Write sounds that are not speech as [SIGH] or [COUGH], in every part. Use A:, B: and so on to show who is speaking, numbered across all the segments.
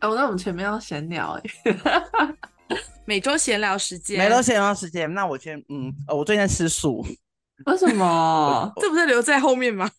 A: 哦我们前面要闲聊哎、
B: 每周闲聊时间，
C: 没多闲聊时间，那我先嗯、呃我最近在吃素，
A: 为什么？
B: 这不是留在后面吗？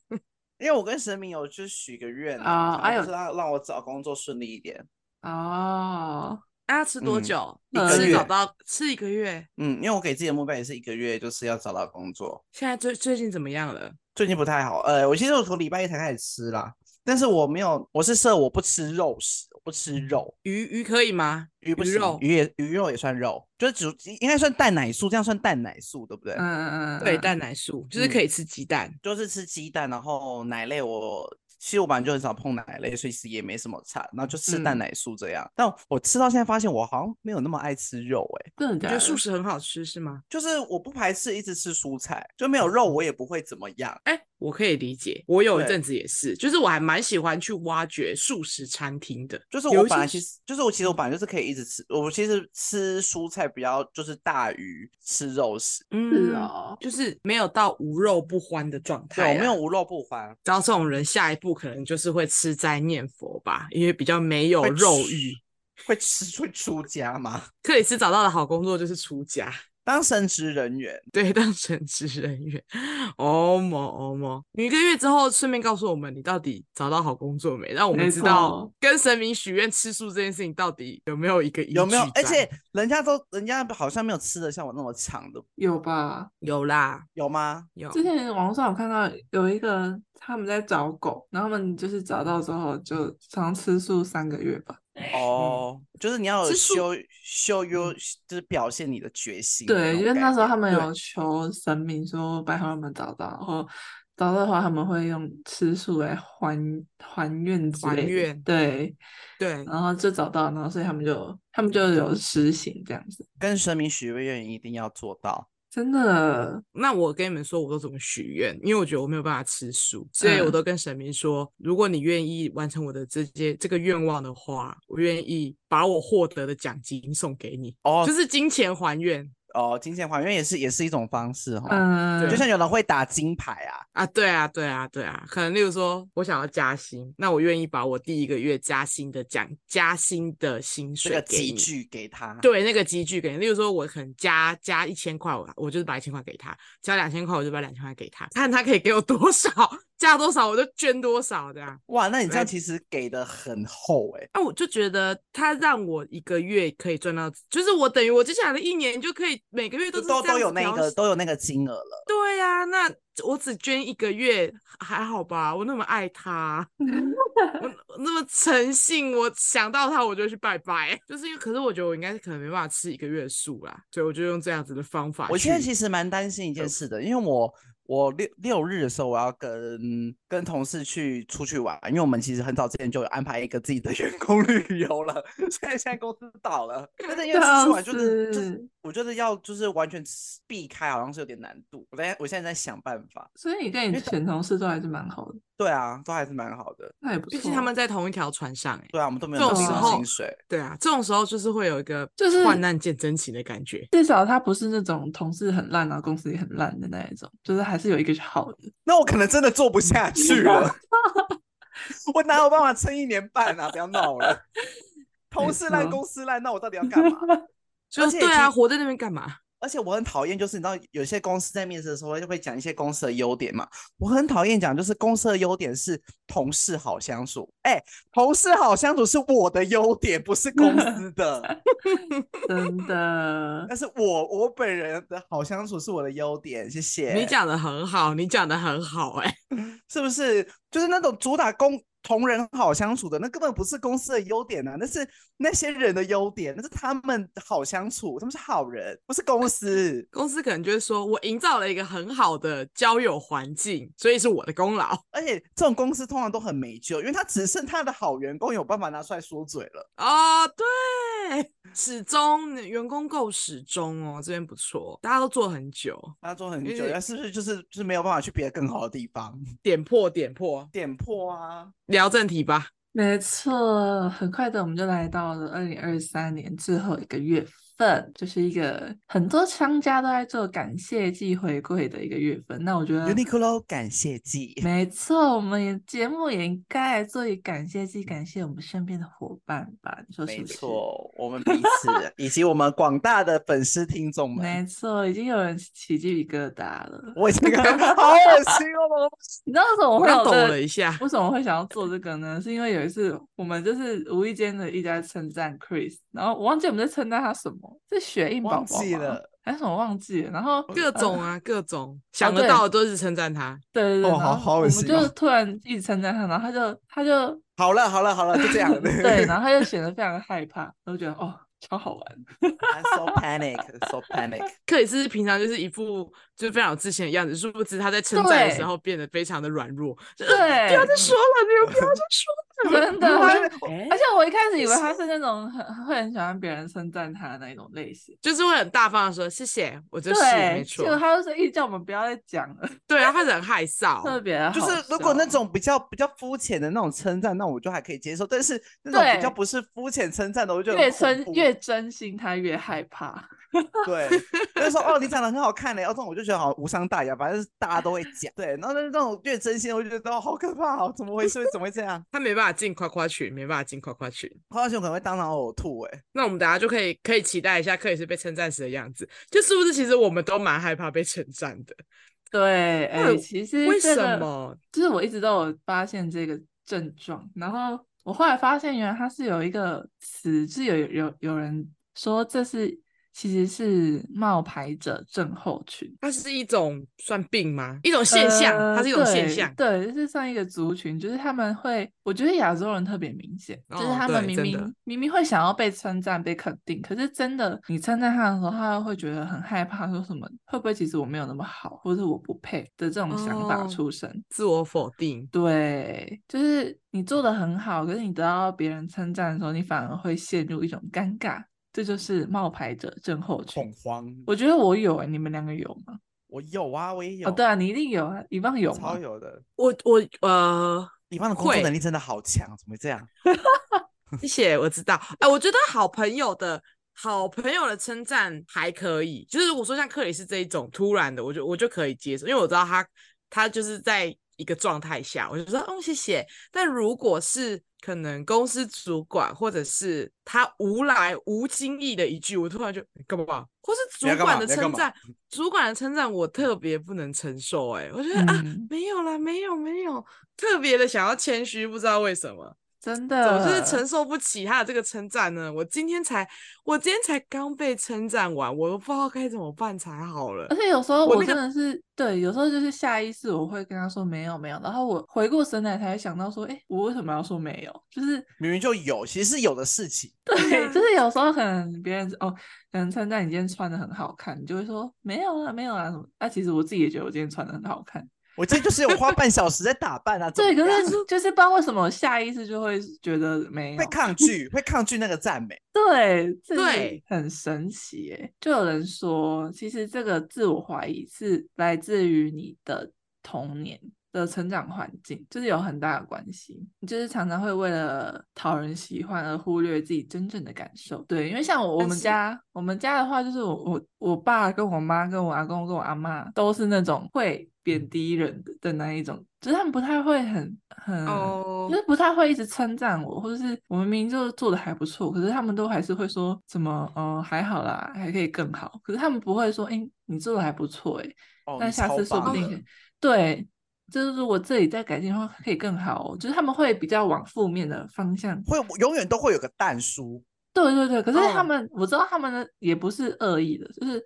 C: 因为我跟神明有就是许个愿
A: 啊哎呦
C: 就是让让我找工作顺利一点。
A: [LAUGHS] 哦，
B: 啊，要吃多
C: 嗯
B: 久？
A: 一
B: 你
A: 个
B: 吃找
C: 月
B: 到吃一个月，
C: 嗯，因为我给自己的目标也是一个月，就是要找到工作。
B: 现在最最近怎么样了？
C: 最近不太好，呃，我其实我从礼拜一才开始吃啦，但是我没有，我是设我不吃肉食，我不吃肉，
B: 鱼鱼可以吗？
C: 鱼不
B: 鱼
C: 行，
B: 肉
C: 鱼也鱼肉也算肉，就是只应该算蛋奶素，这样算蛋奶素对不对？
A: 嗯嗯嗯，
B: 对，
A: 嗯
B: 蛋奶素就是
C: 嗯
B: 可以吃鸡蛋。
C: 就是吃鸡蛋，然后奶类我其实我本来就很少碰奶类，所以其实也没什么差，然后就吃
A: 嗯
C: 蛋奶素这样。但我吃到现在发现，我好像没有那么爱吃肉、欸，哎，
A: 真的
B: 你
A: 假
B: 觉
A: 的？
B: 得素食很好吃是吗？
C: 就是我不排斥一直吃蔬菜，就没有肉
B: 嗯
C: 我也不会怎么样。
B: 哎、我可以理解，我有一
C: 对
B: 阵子也是，就是我还蛮喜欢去挖掘素食餐厅的，
C: 就是
B: 有
C: 我
B: 一
C: 本
B: 些
C: 来其实，就是我其实
B: 嗯
C: 我本来就是可以一直吃，我其实吃蔬菜比较就是大于吃肉食，
A: 是
B: 嗯，
A: 哦，
B: 就是没有到无肉不欢的状态、
C: 啊对，我没有。无肉不欢，
B: 知道这种人下一步可能就是会吃斋念佛吧，因为比较没有
C: 会
B: 肉
C: 吃
B: 欲，
C: 会吃会出家吗？ [LAUGHS]
B: 克里斯找到的好工作就是出家，
C: 当神职人员，
B: 对， [LAUGHS] 当神职人员。哦么哦么，你一个月之后顺便告诉我们你到底找到好工作没，让我们
A: 没
B: 知道
A: 错
B: 跟神明许愿吃素这件事情到底有没有一个依
C: 有没有
B: 据？在
C: 而且人家都人家好像没有吃的像我那么长的，
A: 有吧？
B: 有啦，
C: 有吗？
B: 有嗯
A: 之前网络上有看到有一个他们在找狗，然后他们就是找到之后就常吃素三个月
B: 嗯
A: 吧。
C: 哦，就是你要有
B: 吃素
C: 修修优，就是表现你的决心的
A: 对，
C: 种
A: 因为那
C: 感
A: 时候
C: 觉
A: 他们
B: 对
A: 有求神明说拜托他们找到，然后找到的话他们会用吃素来还还愿之
B: 还
A: 类的。
B: 愿
A: 对，
B: 对，
A: 然后就找到，然后所以他们就他们就有实行这样子，
C: 跟神明许个愿一定要做到。
A: 真的
B: 那我跟你们说，我都怎么许愿，因为我觉得我没有办法吃素，所以我
A: 嗯
B: 都跟神明说，如果你愿意完成我的这些这个愿望的话，我愿意把我获得的奖金送给你，
C: 哦
B: 就是金钱还愿
C: 哦，金钱还愿也是也是一种方式哈、
A: 嗯，
C: 就像有人会打金牌啊，
B: 啊！对啊，对啊，对啊，可能例如说我想要加薪，那我愿意把我第一个月加薪的奖、加薪的薪
C: 这
B: 水
C: 个
B: 给
C: 集
B: 你。
C: 聚给他。，
B: 对那个积聚给你，例如说，我可能加加一千块，我我就是把一千块给他；加两千块，我就把两千块给他，看他可以给我多少，加多少我就捐多少，这样。
C: 哇，那你这
B: 来
C: 样其实给的很厚哎、
B: 啊，我就觉得他让我一个月可以赚到，就是我等于我接下来的一年就可以每个月都
C: 就是都
B: 这样
C: 都
B: 子
C: 有那
B: 调
C: 个
B: 整
C: 都有那个金额了。
B: 对呀、那我只捐一个月还好吧？我那么爱他，啊我我那么诚信，我想到他我就去拜拜，就是因为可是我觉得我应该是可能没办法吃一个月的素啦，所以我就用这样子的方法去。
C: 我现在其实蛮担心一件事的，因为我我六六日的时候我要跟跟同事去出去玩，因为我们其实很早之前就有安排一个自己的 [LAUGHS] 员工旅游了，所以现在公司倒了，但是因为出去玩就是就
A: 就是是
C: 我觉得要就是完全吃避开好像是有点难度，我在我现在在想办法。
A: [LAUGHS] 所以你跟你前同事都还是蛮好的，
C: 对啊，都还是蛮好的。
A: 那也不错。啊
B: 毕竟他
C: 啊
B: 们在同一条船上、欸，
C: 对啊，我们都没有
B: 这
C: 拿
A: 种时
C: 到
A: 候
C: 薪水。
B: 对啊，这种时候就是会有一个
A: 就是
B: 患难见真情的感觉。
A: 至少他不是那种同事很烂啊，公司也很烂的那一种，就是还是有一个好的。
C: 那我可能真的做不下去了， [LAUGHS] 我哪有办法撑一年半啊？不要闹
A: [LAUGHS]
C: 了，同事烂，
A: 错
C: 公司烂，那我到底要干嘛？
B: 就
C: 且已
B: 对啊，
C: 经
B: 活在那边干嘛？
C: 而且我很讨厌，就是你知道，有些公司在面试的时候就会讲一些公司的优点嘛。我很讨厌讲，就是公司的优点是同事好相处。哎、同事好相处是我的优点，不是公司的。
A: 真
B: [LAUGHS]
A: 的
C: 但是我我本人的好相处是我的优点，谢谢。
B: 你讲的很好，你讲的很好、欸，哎，。
C: 是不是？就是那种主打公同人好相处的，那根本不是公司的优点啊，那是那些人的优点，那是他们好相处，他们是好人，不是公司
B: 公司可能就会说我营造了一个很好的交友环境，所以是我的功劳
C: 而且这种公司通常都很没救，因为他只剩他的好员工有办法拿出来说嘴了。
B: 哦。对，始终员工够始终哦，这边不错，大家都做很久，
C: 他做很
B: 因
C: 久，
B: 为
C: 那是不是就是就是没有办法去别的更好的地方？
B: 点破点破，
C: 点破啊！
B: 聊正题吧。
A: 没错。很快的，我们就来到了二零二三年最后一个月份，就是一个很多商家都在做感谢季回馈的一个月份。那我觉得
C: Uniqlo 感谢季，
A: 没错，我们也节目也应该来做一个感谢季，感谢我们身边的伙伴吧，你说是
C: 没
A: 不是？
C: 错，我们彼 [LAUGHS] 此以及我们广大的粉丝听众们，
A: 没错，已经有人起鸡皮疙瘩了。
C: 我已 [LAUGHS] 经感到好恶心哦，
A: [LAUGHS] 你知道为什么
B: 我
A: 会
B: 刚
A: 有
B: 抖
A: 这个
B: 了一下，
A: 为什么会想要做这个呢？是因为有一次我们就是无意间的一直在称赞 Chris，然后我忘记我们在称赞他什么，是雪印宝宝
C: 忘记
A: 吗
C: 了，哦
A: 还是什么忘记了？然后
B: 各种啊，各种想得
A: 哦对
B: 到的都是称赞他。
A: 对对对，
C: 哦
A: 然
C: 好
A: 后
C: 好恶
A: 我们
C: 心
A: 就
C: 哦
A: 突然一直称赞他，然后他就他
C: [LAUGHS]
A: 就。
C: 好了好了好了，啊就 [LAUGHS] 这样
A: [LAUGHS] 对，然后他就显得非常的害怕，我就觉得哦超好玩，
C: I'm so panic, so [LAUGHS] panic。
B: 克里斯平常就是一副就是非常有自信的样子，殊不知他在称赞的时
A: 对
B: 候变得非常的软弱。就
A: 对
B: 是 [LAUGHS] 不要再说了，你们不要再说了。
A: 真的。我就 [LAUGHS] 而且我一开始以为哎
C: 是
A: 他是那种很会很喜欢别人称赞他的那种类型，
B: 就是会很大方的说谢谢，我就是没
A: 对，结
B: 错
A: 果，他就是一直叫我们不要再讲了，
B: 对，然后他是很害
A: 特
B: 臊，
A: 别好
C: 就是如果那
A: 笑
C: 种比较比较肤浅的那种称赞，那我就还可以接受。但是那种比较
A: 对
C: 不是肤浅称赞的，我就
A: 越
C: 深
A: 真越真心，他越害怕。
C: 对，就是说哦，你长得很好看嘞，哦，这种我就觉得好像无伤大雅，反正是大家都会讲。对，然后那那种越真心的，我就觉得哦，好可怕哦，怎么回事？怎么会这样？
B: 他没办法进夸夸群，没办法进夸夸群。
C: 花熊可能会当场呕吐哎、
B: 那我们等下就可以可以期待一下克里斯被称赞时的样子，就是不是其实我们都蛮害怕被称赞的？
A: 对，哎、
B: 那
A: 其实
B: 为
A: 这
B: 什
A: 个
B: 么？
A: 就是我一直都有发现这个症状，然后我后来发现，原来它是有一个词，是有有有人说这是其实是冒牌者症候群
B: 它是一种算病吗？一种现象，它
A: 呃
B: 是一种现
A: 对
B: 象。
A: 对，就是上一个族群，就是他们会，我觉得亚洲人特别明显，就是
B: 哦
A: 他们
B: 对
A: 明
B: 真的
A: 明明明会想要被称赞、被肯定，可是真的你称赞他的时候，他会觉得很害怕，说什么会不会其实我没有那么好，或者是我不配的这种想法
B: 哦
A: 出生。
B: 自我否定，
A: 对，就是你做的很好，可是你得到别人称赞的时候，你反而会陷入一种尴尬，这就是冒牌者症候群
C: 恐。慌。
A: 我觉得我有哎、你们两个有吗？
C: 我有啊，我也有。
A: 哦，对啊，你一定有啊，一棒有吗
C: 超？有的。
B: 我我呃，
C: 乙方的工作
B: 会
C: 能力真的好强，怎么会这样？
B: 谢谢，我知道。哎、我觉得好朋友的好朋友的称赞还可以，就是我说像克里斯这一种突然的，我就我就可以接受，因为我知道他他就是在一个状态下，我就说嗯谢谢。但如果是可能公司主管或者是他无来无经意的一句，我突然就你干嘛？或是主
C: 你要干
B: 管
C: 嘛
B: 的
C: 你要
B: 称
C: 干嘛
B: 赞，主管的称赞我特别不能承受、哎，我觉得、啊
A: 嗯，
B: 没有啦，没有没有，特别的想要谦虚，不知道为什么。
A: 真
B: 总是
A: 的，
B: 承受不起他的这个称赞呢？我今天才，我今天才刚被称赞完，我都不知道该怎么办才好了
A: 而。且有时候我
B: 我那个
A: 真的是对，有时候就是下意识我会跟他说没有没有，然后我回过神来才会想到说，哎，我为什么要说没有？就是
C: 明明就有，其实是有的事情。
B: [LAUGHS] 对
A: 对，
B: 啊
A: 就是有时候可能别人哦，可能称赞你今天穿的很好看，你就会说没有啊，没有啊什么。那、其实我自己也觉得我今天穿的很好看，
C: 我今天就是有花半小时在打扮啊。怎
A: 对，
C: 么
A: 可
C: 样
A: 是就是不知道为什么我下意识就会觉得没有
C: 会，抗拒，会抗拒那个赞美。
A: 对，这是
B: 对
A: 很神奇耶。就有人说，其实这个自我怀疑是来自于你的童年。的成长环境就是有很大的关系，你就是常常会为了讨人喜欢而忽略自己真正的感受。对，因为像我我
B: 但
A: 们
B: 是
A: 家，我们家的话就是我我我爸跟我妈跟我阿公跟我阿妈都是那种会贬
B: 嗯
A: 低人的的那一种，就是他们不太会很很
B: 哦
A: 就是不太会一直称赞我，或者是我明明就做的还不错，可是他们都还是会说什么，嗯、还好啦，还可以更好。可是他们不会说，哎、你做的还不错、哎、
C: 哦，
A: 那
C: 你
A: 下
C: 超
A: 次说不
C: 棒
A: 定可
C: 的
A: 以对，就是如果这里再改进的话，可以更好、哦。就是他们会比较往负面的方向。
C: 会永远都会有个淡书。
A: 对对对，可是他
B: 哦
A: 们、我知道他们的也不是恶意的，就是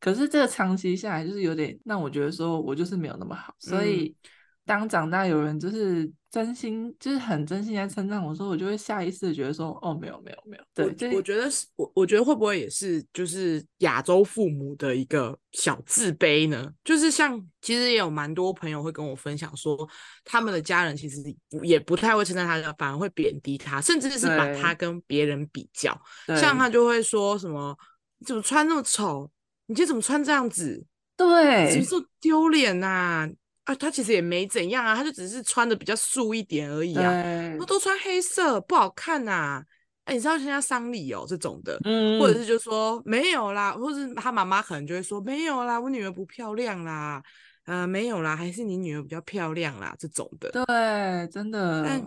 A: 可是这个长期下来就是有点让我觉得说我就是没有那么好，所
B: 嗯
A: 以当长大有人就是真心就是很真心在称赞我说，我就会下意识的觉得说哦没有没有没有，对，
B: 我
A: 得
B: 我觉得是，我我觉得会不会也是就是亚洲父母的一个小自卑呢？就是像其实也有蛮多朋友会跟我分享说，他们的家人其实不也不太会称赞他，反而会贬低他，甚至是把
A: 对
B: 他跟别人比较。
A: 对
B: 像他就会说什么：“你怎么穿那么丑？你今天怎么穿这样子？什
A: 对
B: 么时候丢脸呐？”啊，他其实也没怎样啊，他就只是穿的比较素一点而已啊。
A: 对
B: 那都穿黑色不好看呐、啊。哎、你知道参加丧礼哦这种的，
C: 嗯
B: 或者是就说没有啦，或是他妈妈可能就会说没有啦，我女儿不漂亮啦，呃，没有啦，还是你女儿比较漂亮啦这种的。
A: 对，真的，
B: 但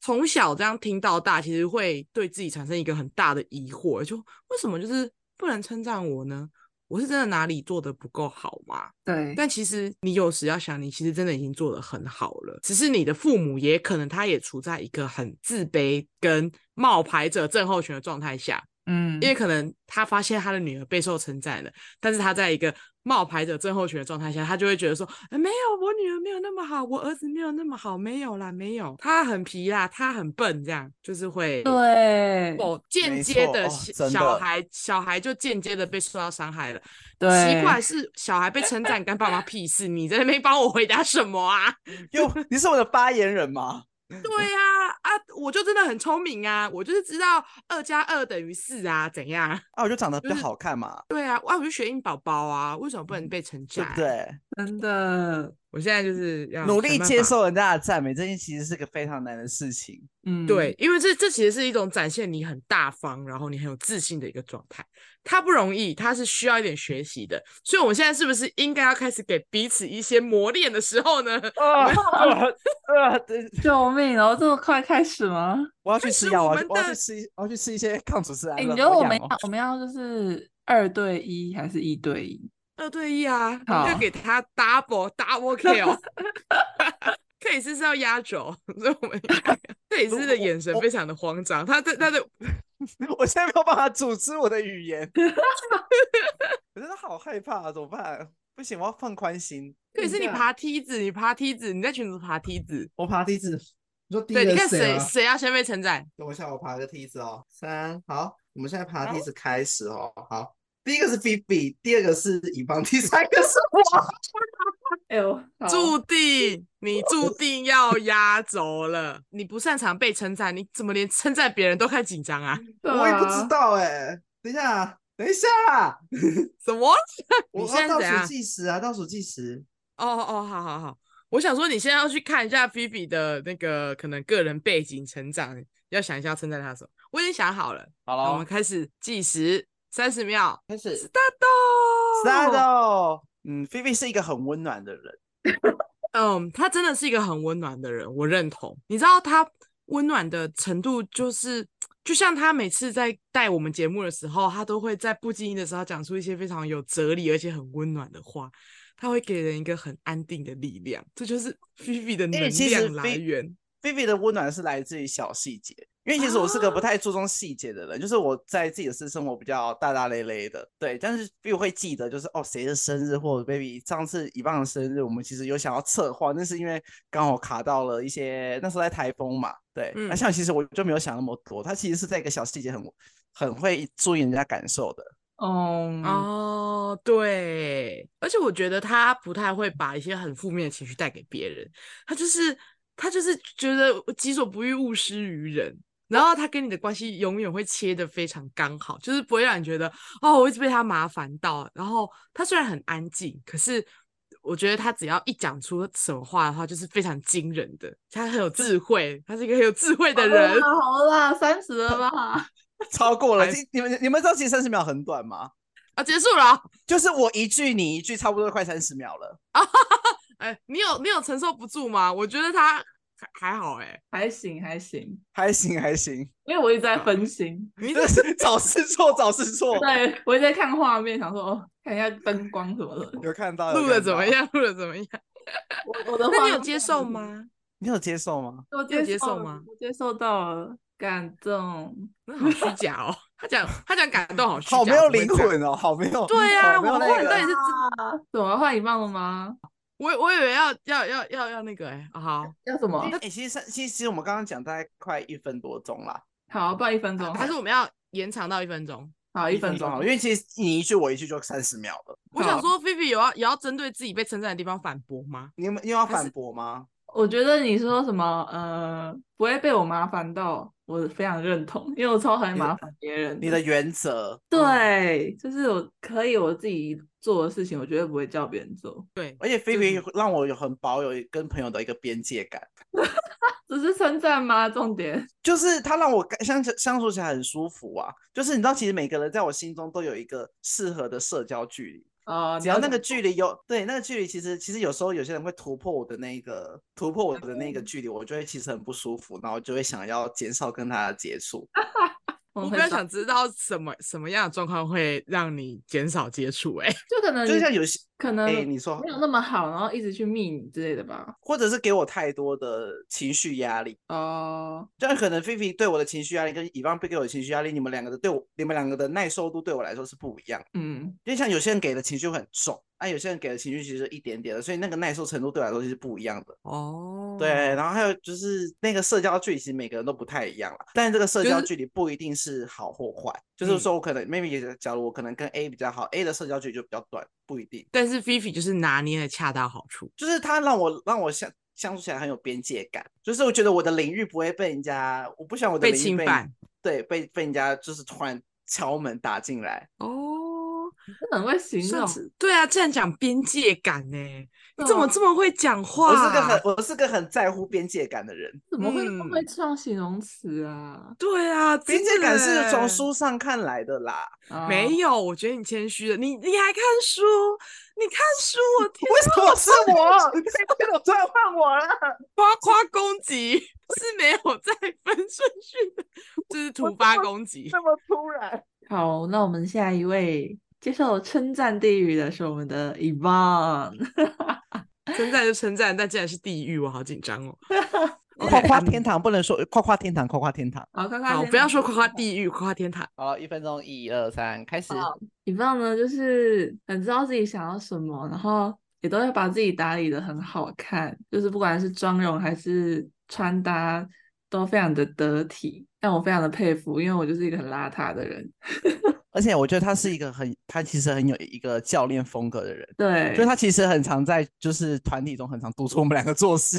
B: 从小这样听到大，其实会对自己产生一个很大的疑惑，就为什么就是不能称赞我呢？我是真的哪里做的不够好吗？
A: 对，
B: 但其实你有时要想，你其实真的已经做得很好了，只是你的父母也可能他也处在一个很自卑跟冒牌者症候群的状态下，
A: 嗯
B: 因，为可能他发现他的女儿备受称赞了，但是他在一个冒牌者症候群的状态下，他就会觉得说，呃没有，我女儿没有那么好，我儿子没有那么好，没有啦，没有，他很皮啦，他很笨，这样就是会
A: 对，
B: 哦，间
C: 没
B: 接
C: 错
B: 的
C: 哦
B: 小
C: 真
B: 小
C: 的
B: 孩，小孩就间接的被受到伤害了。
A: 对，
B: 奇怪是小孩被称赞干爸妈屁事，你在那边帮我回答什么啊？ [LAUGHS]
C: 哟，你是我的发言人吗？
B: 对啊，啊，我就真的很聪明啊，我就是知道二加二等于四啊， [LAUGHS] 怎样？
C: 啊，我就长得比较
B: 就是
C: 好看嘛，
B: 对啊，哇，我就学英宝宝啊，为什么不能被称
C: 对
B: 赞？
C: 不，对？
A: 真的，
B: 我现在就是要
C: 努
B: 想
C: 力
B: 办
C: 接
B: 法。
C: 受人家的赞美，这件其实是个非常难的事 [LAUGHS] 情。
A: 嗯，
B: 对，，因为这这其实是一种展现你很大方，然后你很有自信的一个状态。它不容易，它是需要一点学习的。所以，我们现在是不是应该要开始给彼此一些磨练的时候呢？
C: 啊
B: 哦
C: 啊！对，
A: [LAUGHS] 救命哦！这么快开始吗？
C: 我要去
B: 但
C: 吃
B: 是
C: 药，
B: 我
C: 我要
B: 们
C: 去我要
B: 的
C: 去吃一，我要去吃一些抗组织胺
A: 哎、
C: 了。
A: 你觉得
C: 好
A: 我
C: 痒
A: 们要、
C: 哦
A: 我们要就是二对一还是一对一？
B: 二对一啊，我们
A: 好
B: 就给他 double double kill。克里斯是要压轴，所以我们克里斯的眼神非常的慌张，他的他的
C: [LAUGHS] 我现在没有办法组织我的语言， [LAUGHS] 我真的好害怕、啊，怎么办？不行，我要放宽心。
B: 克里斯你
A: 等一下
B: 爬梯子，你爬梯子，你在群组爬梯子，
C: 我爬梯子，你说第
B: 对，你看谁谁要先被称赞，
C: 等我一下，我爬个梯子哦。三，好，我们现在爬
B: 好
C: 梯子开始哦。好，第一个是菲比，第二个是乙方，第三个
B: [LAUGHS]
C: 是我。
A: 哎呦，
B: 注定你注定要压轴了。你不擅长被称赞，你怎么连称赞别人都开始紧张啊？
C: 我也不
A: [LAUGHS]
C: 知，道哎、等一下，等一下啦，
B: 什么？ [LAUGHS]
C: 我
B: 你现在
C: 要倒
B: 怎样
C: 数计时啊，倒数计时。
B: 哦哦，好好好，我想说你现在要去看一下菲比的那个可能个人背景成长，要想一下称赞他什么。我已经想好了，
C: 好
B: 那我们，开始计时三十秒
C: 开始。
B: ，start。哦
C: Start。嗯，菲菲是一个很温暖的人。
B: 嗯，他真的是一个很温暖的人，我认同。你知道他温暖的程度，就是就像他每次在带我们节目的时候，他都会在不经意的时候讲出一些非常有哲理而且很温暖的话，他会给人一个很安定的力量，这就是 Vivi 的
C: 因
B: 能
C: 为其实
B: 量来
C: 菲
B: 源。
C: 菲菲的温暖是来自于小细节，因为其实我是个
B: 哦
C: 不太注重细节的人，就是我在自己的私生活比较大大咧咧的，对。但是菲菲会记得，就是哦谁的生日，或者 baby 上次一棒的生日，我们其实有想要策划，那是因为刚好卡到了一些那时候在台风嘛，对。那、
B: 嗯
C: 像其实我就没有想那么多，他其实是在一个小细节很很会注意人家感受的。
A: 嗯，
B: 哦，对，而且我觉得他不太会把一些很负面的情绪带给别人，他就是他就是觉得己所不欲，勿施于人。然后他跟你的关系永远会切的非常刚好，就是不会让你觉得哦，我一直被他麻烦到。然后他虽然很安静，可是我觉得他只要一讲出什么话的话，就是非常惊人的。他很有智慧，他是一个很有智慧的人。
A: 好了啦，三十了吧？
C: 超过了，
B: 还
C: 其你们你们知道其实三十秒很短吗？
B: 啊，结束了哦。
C: 就是我一句你一句，差不多快三十秒了。
B: 哎，你有你有承受不住吗？我觉得他还还好哎、
A: 还行还行，
C: 还行还行，
A: 因为我一直在分心，
B: 你
C: 真的是找事做找事做。
A: 对我一直在看画面，想说哦，看一下灯光什么的。
C: 有看到有
B: 录的
C: 看
B: 怎么
C: 到？
B: 样？录的怎么样？
A: 我我的
B: 那
A: 画
B: 你有
A: 面
B: 接
A: 看不
B: 受
A: 进去？
B: 吗？
C: 你有接受吗？
A: 我
B: 你有接受
A: 了
B: 吗？
A: 我接受到了，感动。
B: [LAUGHS] 那好虚假哦。他讲他讲感动好虚假，
C: 好没有
B: 怎么会
C: 灵
B: 这样。
C: 魂哦，好没有。
B: 对啊，
C: 好
B: 我
C: 没有
B: 们
C: 那
B: 到底
C: 个。
B: 是
A: 啊，怎么换一半了吗？
B: 我我以为要要要要要那个哎、啊好，
A: 要什么
C: 哎、？其实上其实我们刚刚讲大概快一分多钟啦，
A: 好，不然一分钟，
B: 还是我们要延长啊到一分钟？
A: 好一分
C: 钟
A: 钟
C: 好了，因为其实你一句我一句就三十秒了。
B: 我想
A: 好
B: 说菲菲有要也要针对自己被称赞的地方反驳吗？
C: 你们你有要
B: 还是
C: 反驳吗？
A: 我觉得你说什么呃不会被我麻烦到，我非常认同，因为我超讨厌
C: 你的
A: 麻烦别人。
C: 你的原则，
A: 对，就是我可以我自己做的事情，我绝对不会叫别人做。
B: 对，
C: 而且菲
B: 就是
C: 菲让我有很保有跟朋友的一个边界感。
A: 只是称赞吗？重点
C: 就是他让我感相处相处起来很舒服啊。就是你知道，其实每个人在我心中都有一个适合的社交距离。
A: 哦，
C: 只要那
A: 你
C: 个距离有对那个距离，其实其实有时候有些人会突破我的那个突破我的那
A: 嗯
C: 个距离，我就会其实很不舒服，然后就会想要减少跟他的接触。
A: 我
B: 我
A: 们
B: 比
A: 会
B: 较
A: 找
B: 想知道什么什么样的状况会让你减少接触、欸。哎，
A: 就可能
C: 就
A: 你嗯
C: 像有些
A: 可能
C: 哎、你说
A: 没有那么好，然后一直去密你之类的吧。
C: 或者是给我太多的情绪压力，
A: 哦，
C: 就像可能菲菲对我的情绪压力跟以方对我的情绪压力，你们两个的对我你们两个的耐受度对我来说是不一样的。
A: 嗯，
C: 就像有些人给的情绪很重，啊，有些人给的情绪其实一点点的，所以那个耐受程度对我来说是不一样的。
B: [LAUGHS] 哦
C: 对，，然后还有就是那个社交距离，其实每个人都不太一样了，但这个社
B: 就
C: 交
B: 是
C: 距离不一定是好或坏，就是
B: 嗯
C: 说我可能 maybe 假如我可能跟 A 比较好，A 的社交距离就比较短，不一定，
B: 但是菲菲就是拿捏的恰到好处。
C: 就是他让我让我相相处起来很有边界感，就是我觉得我的领域不会被人家，我不想我的
B: 被
C: 领域
B: 侵
C: 被
B: 犯，
C: 对，被被人家就是突然敲门打进来，
B: 哦，
A: 真的很会形
B: 算
A: 容，
B: 是对啊，竟然讲边界感呢、你
A: 对
B: 怎么
A: 啊
B: 这么会讲
C: 我
B: 话？
C: 是个很我是个很在乎边界感的人，
A: 怎么会那么
B: 嗯
A: 会创形容词啊？
B: 对啊，
C: 边
B: 真的
C: 界感是从
B: 欸
C: 书上看来的啦。
A: 啊
B: 没有，我觉得你谦虚了。你你还看书？你看书？我天
C: 为什么是 [LAUGHS] 我？你这种突然换我了。
B: [LAUGHS] 夸夸攻击是没有在分顺序的，就是突发攻击。
C: 么突然？
A: 好，那我们下一位接受称赞地狱的是我们的 Yvonne，
B: 称赞就称赞，但竟然是地狱，我好紧张 [LAUGHS] 哦。
C: [LAUGHS] 夸夸天堂不能说夸夸天堂，夸夸天堂。
A: 好，夸夸
B: [LAUGHS] 好，
A: 先
B: 不要
A: 来
B: 说夸夸地狱，夸夸天堂。
C: 好，一分钟，一二三，开始。
A: Yvonne 呢，就是很知道自己想要什么，然后也都会把自己打理的很好看，就是不管是妆容还是穿搭都非常的得体，让我非常的佩服，因为我就是一个很邋遢的人，
C: 而且我觉得他是一个很，他其实很有一个教练风格的人，
A: 对
C: 就，他其实很常在就是团体中很常督促我们两个做事，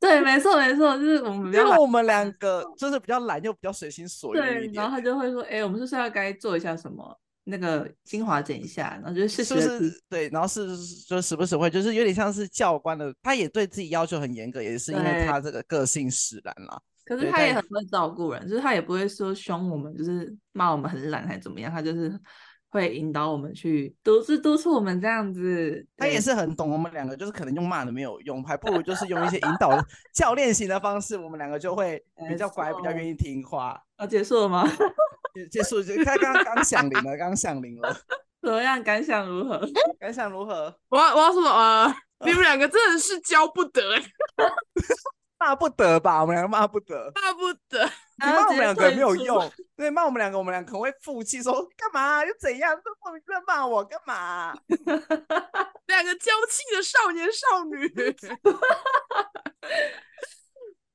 A: 对，没错 [LAUGHS] 没错，就是我们比
C: 因
A: 较
C: 为
A: 懒
C: [LAUGHS] 我们两个就是比较懒又比较随心所欲一
A: 对，然后
C: 点，
A: 他就会说，哎、我们是不是要该做一下什么？那个精华整一下，然后就是适
C: 是
A: 时
C: 不
A: 地提
C: 是？对，然后是就时不时会就是有点像是教官的，他也对自己要求很严格，也是因为
A: 对
C: 他这个个性使然啦。
A: 可是
C: 对
A: 他
C: 但
A: 也很会照顾人，就是他也不会说凶我们，就是骂我们很懒还怎么样，他就是会引导我们去独自督促我们这样子。
C: 他也
A: 对
C: 是很懂我们两个，就是可能用骂的没有用，还不如就是用一些
A: [LAUGHS]
C: 引导教练型的方式，我们两个就会比
A: 没
C: 较乖，比较
A: 错
C: 愿意听话。
A: 要结束了吗？ [LAUGHS]
C: 结结束，就他刚刚响铃了，刚响铃了，
A: 怎么样？感想如何？ [LAUGHS]
C: 感想如何？
B: 我要我要说呃，你们两个真的是交不得、 [LAUGHS] 欸，
C: 骂不得吧，我们两个骂不得，
B: 巴不得。
C: 你
A: 然后
C: 骂我
A: 直
C: 们
A: 接
C: 两个
A: 退
C: 没有
A: 出
C: 用，对，骂我们两个，我们两个可能会负气说干嘛、啊又怎样，这莫名其妙骂我干嘛、啊
B: 两个娇气的少年少女。 [LAUGHS]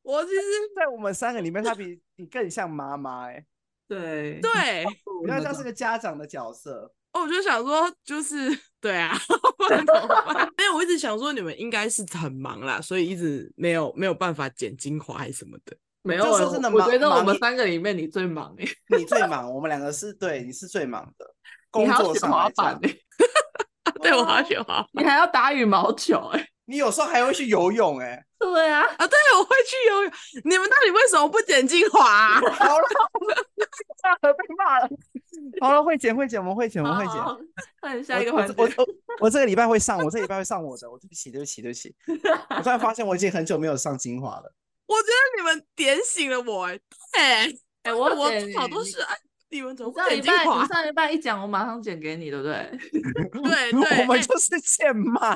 B: 我其实
C: 在我们三个里面，他比你更像妈妈、欸，哎，
A: 对，
B: 对，
C: 比较像是个家长的角色。
B: 哦我就想说，就是 [LAUGHS] 对啊，不然怎么办？ [LAUGHS] 没有，我一直想说你们应该是很忙啦，所以一直没有没有办法剪精华还是什么的。 [LAUGHS]
A: 没
C: 就
A: 有欸
C: 说
A: 我
C: 真的
A: 我
C: 忙
A: 觉得我
C: 忙
A: 们
C: 一
A: 三个里面你最忙诶、
C: 你最忙，我们两个是对，你是最忙的。
A: 你
C: 工
A: 还要
C: 作
A: 学
C: 上
A: 滑
C: 来
A: 板
C: 讲，
A: 诶、
B: 对，我好
C: 啊
B: 喜欢啊，
A: 欸你还要打羽毛球诶、
C: 你有时候还会去游
B: [LAUGHS]
C: 泳、欸，
A: [LAUGHS] 对啊，
B: 对，我会去游泳。你们到底为什么不剪精华啊、 [LAUGHS]
C: 哎，好了， [LAUGHS] 被骂了。 [LAUGHS] 好了，会剪会剪，我们会剪，我们会
A: 好
C: 剪。
A: 那你下一个
C: 我
A: 环节
C: 我我我这个礼拜会上，我这个礼拜会上我的。我对不起，对不起，对不起。我突然发现我已经很久没有上精华了。
B: 我觉得你们点醒了我、欸，哎、
A: 哎、
B: 我
A: 我
B: 我
A: 剪
B: 至少都
A: 你
B: 是哎，你们怎么
A: 你
B: 不
A: 上
B: 剪
A: 礼
B: 精
A: 拜
B: 华
A: 你？
B: [LAUGHS]
A: 上礼拜一讲，我马上剪给你，对不对？ [LAUGHS]
B: 对
C: [LAUGHS] 我
B: 对，
C: 们
B: 哎
C: 就是欠骂。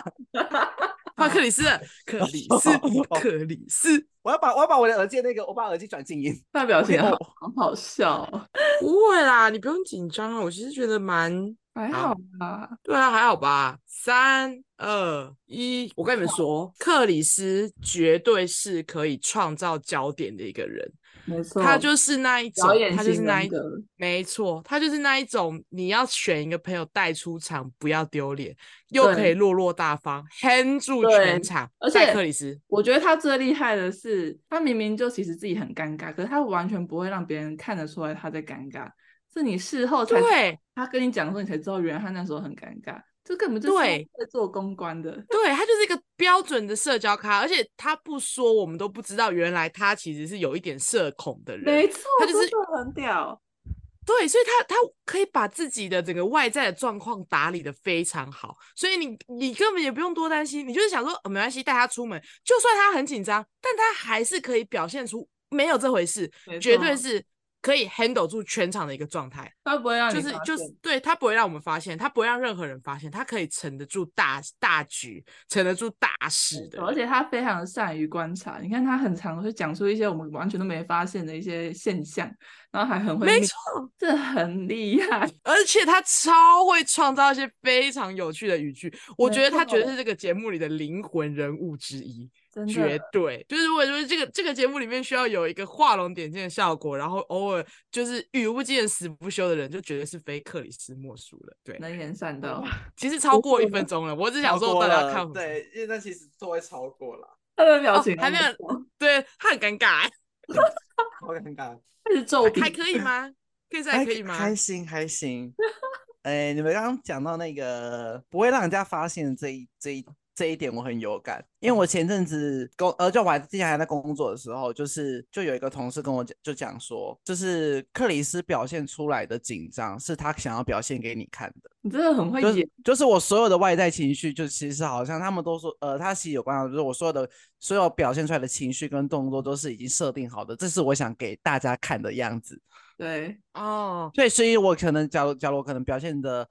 B: 帕克里斯的，克里 [LAUGHS] 斯，克里斯，
C: 我要把我要把我的耳机那个，我把耳机转静音。
A: 那表情
C: [LAUGHS] 我
A: 好好好笑哦、
B: 不会啦，你不用紧张啊。我其实觉得蛮
A: 还
B: 好
A: 好吧。
B: 对啊，还好吧。三二一，我跟你们说，克里斯绝对是可以创造焦点的一个人。
A: 没错，
B: 他就是那一种
A: 表演，
B: 他就
A: 型
B: 是那一
A: 人格，
B: 没错，他就是那一种，你要选一个朋友带出场，不要丢脸，又可以
A: 对
B: 落落大方，hand 住
A: 对
B: 全场。
A: 而
B: 戴
A: 且
B: 克里斯，
A: 我觉得他最厉害的是，他明明就其实自己很尴尬，可是他完全不会让别人看得出来他在尴尬，是你事后才知
B: 对
A: 他跟你讲的时候，你才知道原来他那时候很尴尬。这根本就是
B: 对
A: 在做公关的，
B: 对他就是一个标准的社交咖，而且他不说，我们都不知道原来他其实是有一点社恐的人。
A: 没错，
B: 他就是
A: 真的很屌，
B: 对，所以他他可以把自己的整个外在的状况打理的非常好，所以你你根本也不用多担心，你就是想说、呃没关系，带他出门，就算他很紧张，但他还是可以表现出没有这回事，
A: 没
B: 绝对
A: 错
B: 是可以 handle 住全场的一个状态，
A: 他不会让你
B: 就是
A: 发
B: 就是
A: 现
B: 对他不会让我们发现，他不会让任何人发现，他可以撑得住大大局，撑得住大事的人，
A: 而且他非常善于观察，你看他很常会讲出一些我们完全都没发现的一些现象，然后还很会
B: 没
A: 命
B: 错，
A: 这很厉害，
B: 而且他超会创造一些非常有趣的语句，我
A: 没
B: 觉得他绝对
A: 错
B: 是这个节目里的灵魂人物之一，
A: 真
B: 绝
A: 的。
B: 对。就是我觉得这个这个节目里面需要有一个画龙点睛的效果，然后偶尔就是语不惊人死不休的人，就绝对是非克里斯莫属了。对，
A: 能言善
B: [LAUGHS]
A: 道，
B: 其实超过一
C: 过
B: 分钟了，我只想
C: 超
B: 说
C: 过
B: 大家
C: 了
B: 看我们，
C: 对，因为那其实都会超过了，
A: 他的表
B: 哦
A: 情
B: 还没有对他很尴尬、欸
C: 好尴尬。
A: 开始皱
B: 还
A: 鼻，
B: 可以吗？
C: [LAUGHS]
B: 可以再可以吗？
C: 哎还行还行。哎，你们刚刚讲到那个不会让人家发现这一这一这一点，我很有感，因为我前阵子工呃，就我还之前还在工作的时候，就是就有一个同事跟我讲，就讲说，就是克里斯表现出来的紧张，是他想要表现给你看的。
A: 你真的很
B: 哎
A: 会
C: 就是
A: 演，
C: 就是我所有的外在情绪，就其实好像他们都说，呃，他其实有关到，就是我所有的所有表现出来的情绪跟动作都是已经设定好的，这是我想给大家看的样子。
A: 对，
B: 哦，
C: 所以，所以我可能，假如假如我可能表现的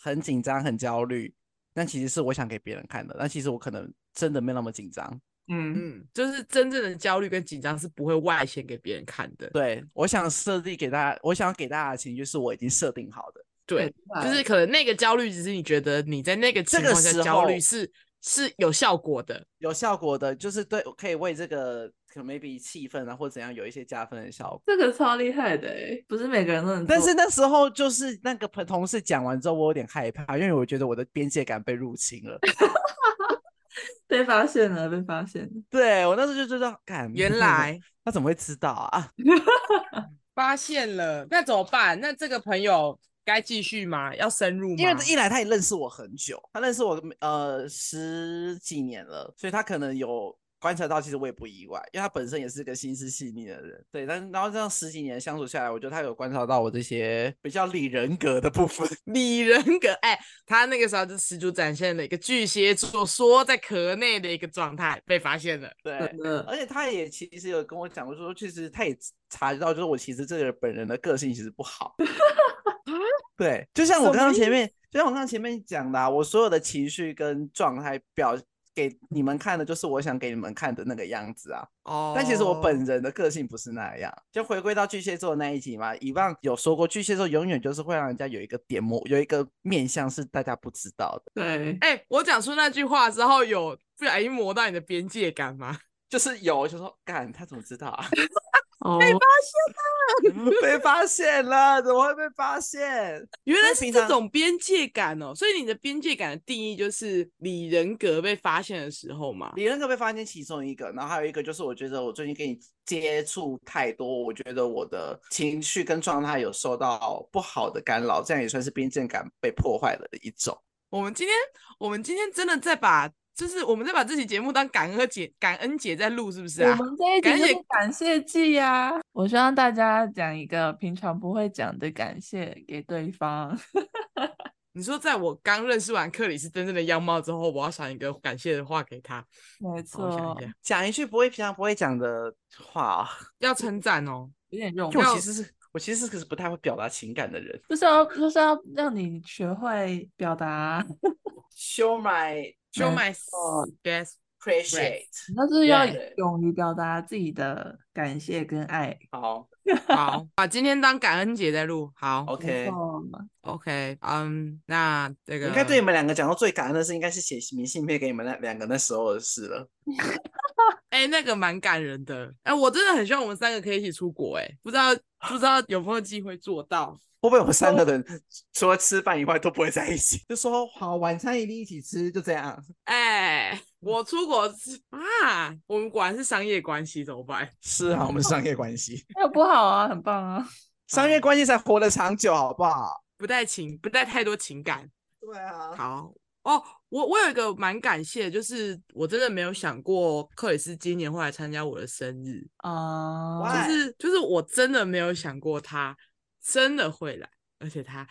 C: 很紧张、很焦虑，那其实是我想给别人看的，但其实我可能真的没那么紧张。
A: 嗯，
B: 嗯，就是真正的焦虑跟紧张是不会外显给别人看的。
C: 对，我想设定给大家，我想要给大家的情绪是我已经设定好的。
B: 对，就是可能那个焦虑，只是你觉得你在那个情
C: 这个
B: 况下
C: 时
B: 焦虑
C: 候
B: 是是有效果的，
C: 有效果的，就是对，可以为这个可能 maybe 气氛啊或怎样有一些加分的效果。
A: 这个超厉害的欸，不是每个人都能做，
C: 但是那时候就是那个朋同事讲完之后，我有点害怕，因为我觉得我的边界感被入侵了。 [LAUGHS]
A: 被发现了，被发现了，
C: 对我那时候就知道，看 [LAUGHS]
B: 原来
C: 他怎么会知道啊？
B: 发现了，那怎么办？那这个朋友该继续吗？要深入吗？
C: 因为一来他也认识我很久，他认识我呃十几年了，所以他可能有观察到，其实我也不意外，因为他本身也是个心思细腻的人。对，但然后这样十几年相处下来，我觉得他有观察到我这些比较理人格的部分。
B: [LAUGHS]
C: [LAUGHS]
B: 李人格，哎、他那个时候就十足展现了一个巨蟹座缩在壳内的一个状态，被发现了。
A: 真
C: 对，
A: 的，
C: 而且他也其实有跟我讲过说，其实他也察觉到，就是我其实这个人本人的个性其实不 [LAUGHS] 好。对，就像
B: 什
C: 我
B: 么
C: 刚刚
B: 意
C: 前面，就像我刚刚前面讲的、啊，我所有的情绪跟状态表给你们看的，就是我想给你们看的那个样子啊。
B: 哦
C: 但其实我本人的个性不是那样，就回归到巨蟹座那一集嘛，以往有说过，巨蟹座永远就是会让人家有一个点魔，有一个面相是大家不知道的，
A: 对，
B: 哎、我讲出那句话之后，有不小心磨到你的边界感吗？
C: 就是有就说，干他怎么知道啊？
B: [LAUGHS]
A: 哦，
C: [LAUGHS] 被发现了，怎么会被发现？
B: 原
C: 所
B: 来
C: 以
B: 是
C: 平
B: 这
C: 常
B: 种边界感哦，所以你的边界感的定义就是你人格被发现的时候嘛。
C: 李仁格被发现其中一个，然后还有一个就是，我觉得我最近跟你接触太多，我觉得我的情绪跟状态有受到不好的干扰，这样也算是边界感被破坏的一种。
B: 我们今天，我们今天真的在把，就是我们在把这期节目当感恩节，感恩节在录，是不是啊
A: 我？们这一集
B: 感
A: 就
B: 谢
A: 是感谢季呀、我希望大家讲一个平常不会讲的感谢给对方。 [LAUGHS]
B: 你说，在我刚认识完克里斯真正的样貌之后，我要想一个感谢的话给他。
A: 没
B: 哦我想
A: 错
B: 一，下，
C: 讲一句不会平常不会讲的话、哦。
B: 要称赞哦。
A: 有点用
C: 就我
B: 要
C: 其实是我其实是个是不太会表达情感的人。
A: 就是要就是要让你学会表达，
C: Show my
B: Show
A: 没
B: my
A: 错
B: [LAUGHS] best。
C: appreciate。
A: 但是要
B: 啊
C: 对
A: 勇于表达自己的感谢跟爱。
C: 好
B: 好，把今天当感恩节在录。好
A: 没
C: ，OK。
A: 错
B: ，OK，嗯那这个
C: [LAUGHS] 应该对你们两个讲到最感恩的事，应该是写明信片给你们那两个那时候的事了。
B: 哎、那个蛮感人的。哎、我真的很希望我们三个可以一起出国、哎，不知道不知道有没有机会做到。
C: 会不会我们三个 [LAUGHS] 人除了吃饭以外都不会在一起？就说好，晚餐一定一起吃，就这样。
B: 哎、我出国是啊，我们果然是商业关系，怎么办？
C: 是啊，我们是商业关系，
A: 没有不好啊，很棒啊。
C: 商业关系才活得长久，好不好？
B: 不带情，不带太多情感，
D: 对啊，
B: 好哦，我我有一个蛮感谢的，就是我真的没有想过克里斯今年会来参加我的生日，
A: 啊、
D: 哇
B: 就是就是我真的没有想过他真的会来，而且他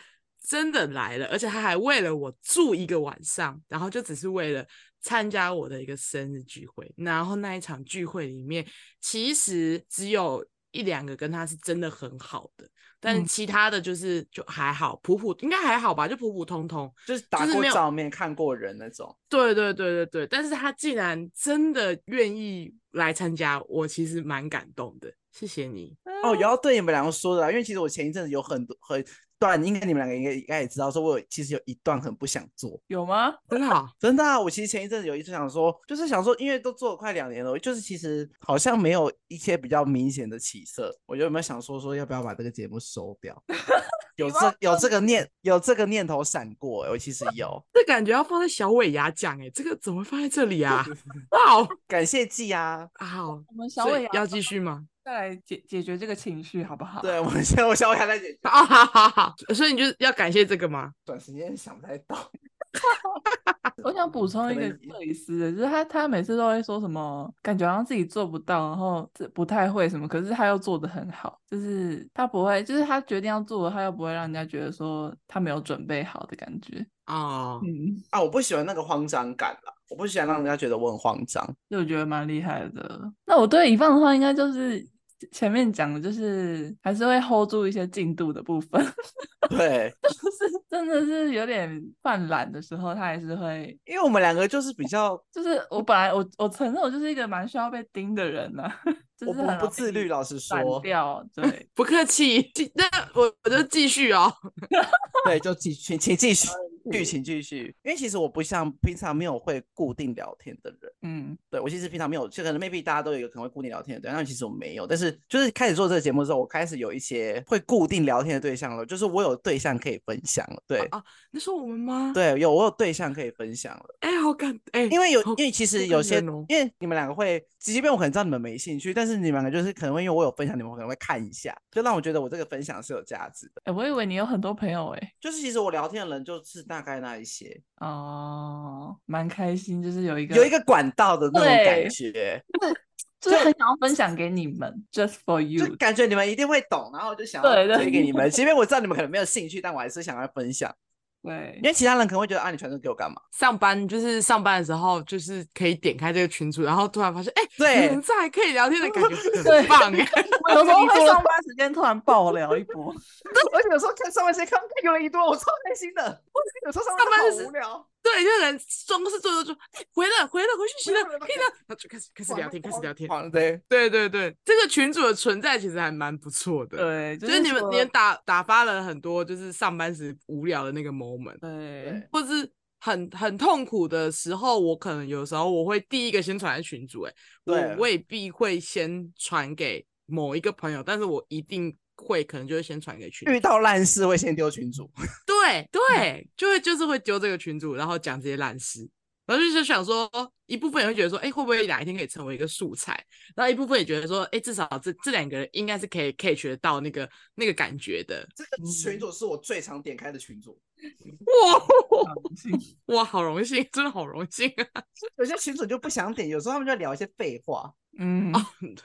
B: 真的来了，而且他还为了我住一个晚上，然后就只是为了参加我的一个生日聚会。然后那一场聚会里面，其实只有一两个跟他是真的很好的，但是
A: 嗯
B: 其他的就是就还好，普普应该还好吧，就普普通通。
C: 就是打
B: 就是
C: 过
B: 没有
C: 照面、看过人那种。
B: 对对对对对，但是他竟然真的愿意来参加，我其实蛮感动的，谢谢你。
C: 哦，也要对你们两个说的啦，因为其实我前一阵子有很多很段，应该你们两个应该应该也知道，说我有其实有一段很不想做，
A: 有吗？
B: 真好，
C: 真的啊，我其实前一阵子有一次想说，就是想说，因为都做了快两年了，就是其实好像没有一些比较明显的起色，我就有没有想说说要不要把这个节目
A: [LAUGHS]
C: 收掉？有这有这个念有这个念头闪过、欸我其实有
B: 这感觉要放在小尾牙讲哎、这个怎么会放在这里
C: [LAUGHS]
B: 啊？哇
C: 感谢季啊，
B: 哦，好，
A: 我们小
B: 所
A: 伟
B: 以要继续吗？
A: 再来解解决这个情绪，好不好？
C: 对我们现在我想我还在解决
B: 啊、好 [LAUGHS] 好好，所以你就是要感谢这个吗？
C: 短时间想不太到，
A: 我想补充
C: 可
A: 一个
C: 能
A: 克里斯的，就是他他每次都会说什么，感觉好像自己做不到，然后这不太会什么，可是他又做得很好，就是他不会，就是他决定要做了，他又不会让人家觉得说他没有准备好的感觉。
B: 哦，
A: 嗯，
C: 啊，我不喜欢那个慌张感啦，我不喜欢让人家觉得我很慌张。
A: 就我觉得蛮厉害的。那我对乙方的话，应该就是前面讲的，就是还是会 hold 住一些进度的部分，
C: 对，
A: 就是 [LAUGHS] 真的是有点犯懒的时候，他还是会。
C: 因为我们两个就是比较
A: 就是我本来我我承认我就是一个蛮需要被盯的人呐、 [LAUGHS] 就
C: 我
A: 是
C: 不
A: 很
C: 不
A: 容
C: 自
A: 易
C: 律，老实
A: 散
C: 说，
A: 掉，对
B: 不客气，继那我我就继续哦。
C: [LAUGHS] 对，就继续，请继续，
B: 嗯
C: [LAUGHS] 剧情继续。因为其实我不像平常没有会固定聊天的人，
A: 嗯，
C: 对我其实平常没有，就可能 maybe 大家都有一个可能会固定聊天的对象，但其实我没有。但是就是开始做这个节目之后，我开始有一些会固定聊天的对象了，就是我有对象可以分享了，对。
B: 啊你说我们吗？，
C: 对，有我有对象可以分享了，
B: 哎、好感哎、
C: 因为有，
B: 好
C: 因为其实
B: 感
C: 有些，
B: 人哦
C: 因为你们两个会，即便我可能知道你们没兴趣，但是你们两个就是可能会因为我有分享，你们可能会看一下，就让我觉得我这个分享是有价值的。
A: 哎、我以为你有很多朋友哎、
C: 就是其实我聊天的人就是大概那一些，
A: 哦，蛮开心，就是有一个
C: 有一个管道的那种
A: 对
C: 感觉，
A: 就是很想要分享给你们，just for
C: 就
A: you，
C: 感觉你们一定会懂，啊然后我就想
A: 对
C: 要
A: 对
C: 推给你们。即便我知道你们可能没有兴趣，但我还是想要分 [LAUGHS] 享，
A: 对
C: 因，为其他人可能会觉得啊，你传这个给我干嘛？
B: 上班就是上班的时候，就是可以点开这个群组，然后突然发现，哎、
C: 对
B: 你们在可以聊天的感
C: [LAUGHS]
B: 觉
A: 对
B: 很棒哎、
A: 我有时候
C: 你
A: 会
C: 做了
A: 上班时间突然爆聊一波，
C: 而且有时候看上半身看看有人一多，我超开心的。我 [LAUGHS] 有时候上半
B: 上半
C: 身
B: 身
C: 好无 [LAUGHS] 聊，
B: [LAUGHS] 对，就人装是做做做，哎、回了回了，回讯息了，
C: 回了回了
B: 可以了，然后就开始开始
C: 哇
B: 聊
C: 那
B: 天，开始
C: 光
B: 聊天。
C: 好对，
B: 对对对，这个群组的存在其实还蛮不错的。，
A: 对，呃就
B: 就是你们
A: 说
B: 你们打打发了很多就是上班时无聊的那个 moment，
A: 对
C: 对
B: 或是很很痛苦的时候，我可能有时候我会第一个先传在群组、欸，
C: 对
B: 我未必会先传给某一个朋友，但是我一定会可能就会先传给群组
C: 遇到烂事会先丢群主，
B: 对
C: 嗯
B: 对，就会就是会丢这个群主，然后讲这些烂事，然后就是想说，一部分也会觉得说，哎，会不会哪一天可以成为一个素材？然后一部分也觉得说，哎，至少这这两个人应该是可以 catch 得到那个那个感觉的。
C: 这个 [LAUGHS] 群主是我最常点开的群主。
B: 哇
A: 很幸
B: [LAUGHS]
A: 福
B: 哇，好荣幸，真的好荣幸啊！ [LAUGHS]
C: 有些群主就不想点，有时候他们就聊一些废话。
A: 嗯，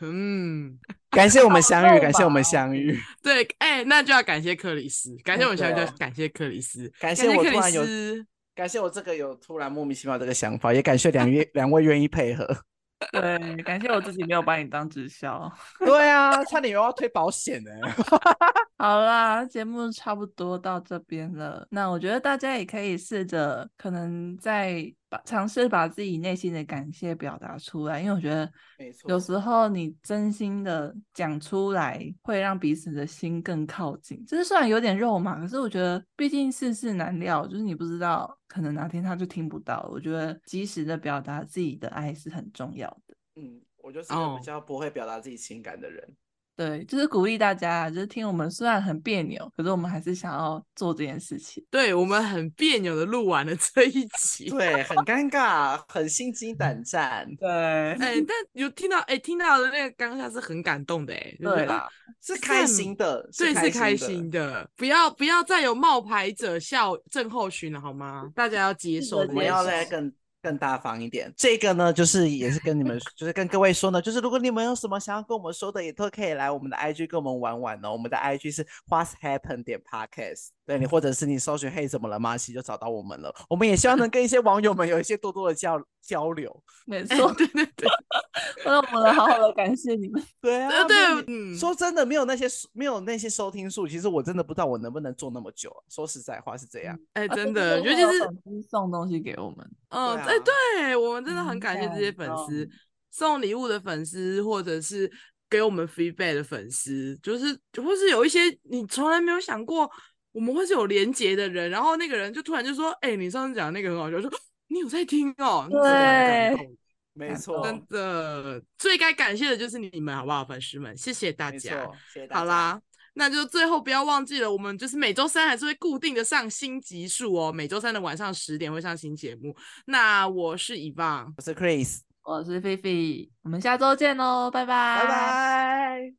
B: 嗯，
C: 感谢我们 [LAUGHS] 相
A: 好
C: 遇，
A: 肉
C: 感谢我
A: 麻
C: 们相遇，
B: 对，哎，那就要感谢克里斯，感谢我们小
C: 真
B: 姐，
C: 的
B: 就要感谢克里斯，
C: 嗯啊感
B: 谢
C: 谢我
B: 克
C: 突
B: 里
C: 然有
B: 斯。
C: 感谢我这个有突然莫名其妙这个想法，也感谢两 [LAUGHS] 位两位愿意配合。
A: 对，感谢我自己没有把你当直销。
C: [LAUGHS] 对啊，差点又要推保险呢、
A: 好啦，节目差不多到这边了。那我觉得大家也可以试着，可能在把尝试把自己内心的感谢表达出来，因为我觉得
C: [LAUGHS] 没错
A: 有时候你真心的讲出来，会让彼此的心更靠近。就是虽然有点肉麻，可是我觉得毕竟世事难料，就是你不知道，可能哪天他就听不到了。我觉得及时的表达自己的爱是很重要的。
C: 嗯，我就是个
B: 哦
C: 比较不会表达自己情感的人。
A: 对，就是鼓励大家，啊就是听我们虽然很别扭，可是我们还是想要做这件事情。
B: 对我们很别扭的录完了这一集。
C: [LAUGHS] 对，很尴尬，很心惊胆战。
A: 对，嗯
B: 哎、但有听到哎、听到的那个当下是很感动的哎、就是
A: 对
B: 啊 [LAUGHS]
A: 啦，
B: [LAUGHS]
C: 是
B: 是
C: 开
B: 很
C: 心的，
B: 对，是开
C: 的
B: 心的，不要不要再有冒牌者效症候群了好吗？大家要接
A: 是
B: 受
A: 的
B: 这件
C: 我们
A: 也
C: 要
B: 事
A: 是
C: 再
B: 情
C: 更更大方一点。这个呢，就是也是跟你们， [LAUGHS] 就是跟各位说呢，就是如果你们有什么想要跟我们说的，也都可以来我们的 IG 跟我们玩玩哦。我们的 IG 是 What's Happen 点 Podcast，对你或者是你搜寻“嘿怎么了吗”，其实就找到我们了。我们也希望能跟一些网友们有一些多多的交交流。
A: 没
B: 哎
A: 错，
B: [LAUGHS] 对对对，
A: 所以我们好好的感谢你们。
C: 对啊，
B: 对
C: 没有
B: 嗯
C: 你说真的，没有那些没有那些收听数，其实我真的不知道我能不能做那么久。啊说实在话是这样，
B: 哎、
A: 而且
B: 真的，
A: [LAUGHS] 就会
B: 尤其
A: 有
B: 是
A: 粉丝送东西给我们，
B: 嗯，
C: 对
B: 哎、
C: 啊
B: 对我们真的很
A: 嗯
B: 感谢这些粉
A: 感
B: 丝
A: 动，
B: 送礼物的粉丝，或者是给我们 feedback 的粉丝，就是或是有一些你从来没有想过我们会是有连结的人，然后那个人就突然就说：“哎、你上次讲的那个很好笑。”我说 [GASPS] 你有在听哦，
C: 真的
A: 对
B: 真
C: 很感动没
A: 感
C: 错，
B: 真的最该感谢的就是你们，好不好，粉丝们，谢谢大
C: 没
B: 家。
C: 错，谢谢大家。
B: 好啦，那就最后不要忘记了，我们就是每周三还是会固定的上新集数哦，每周三的晚上十点会上新节目。那我是以棒，
C: 我是 Chris，
A: 我是菲菲，我们下周见喽，拜拜，
C: 拜拜。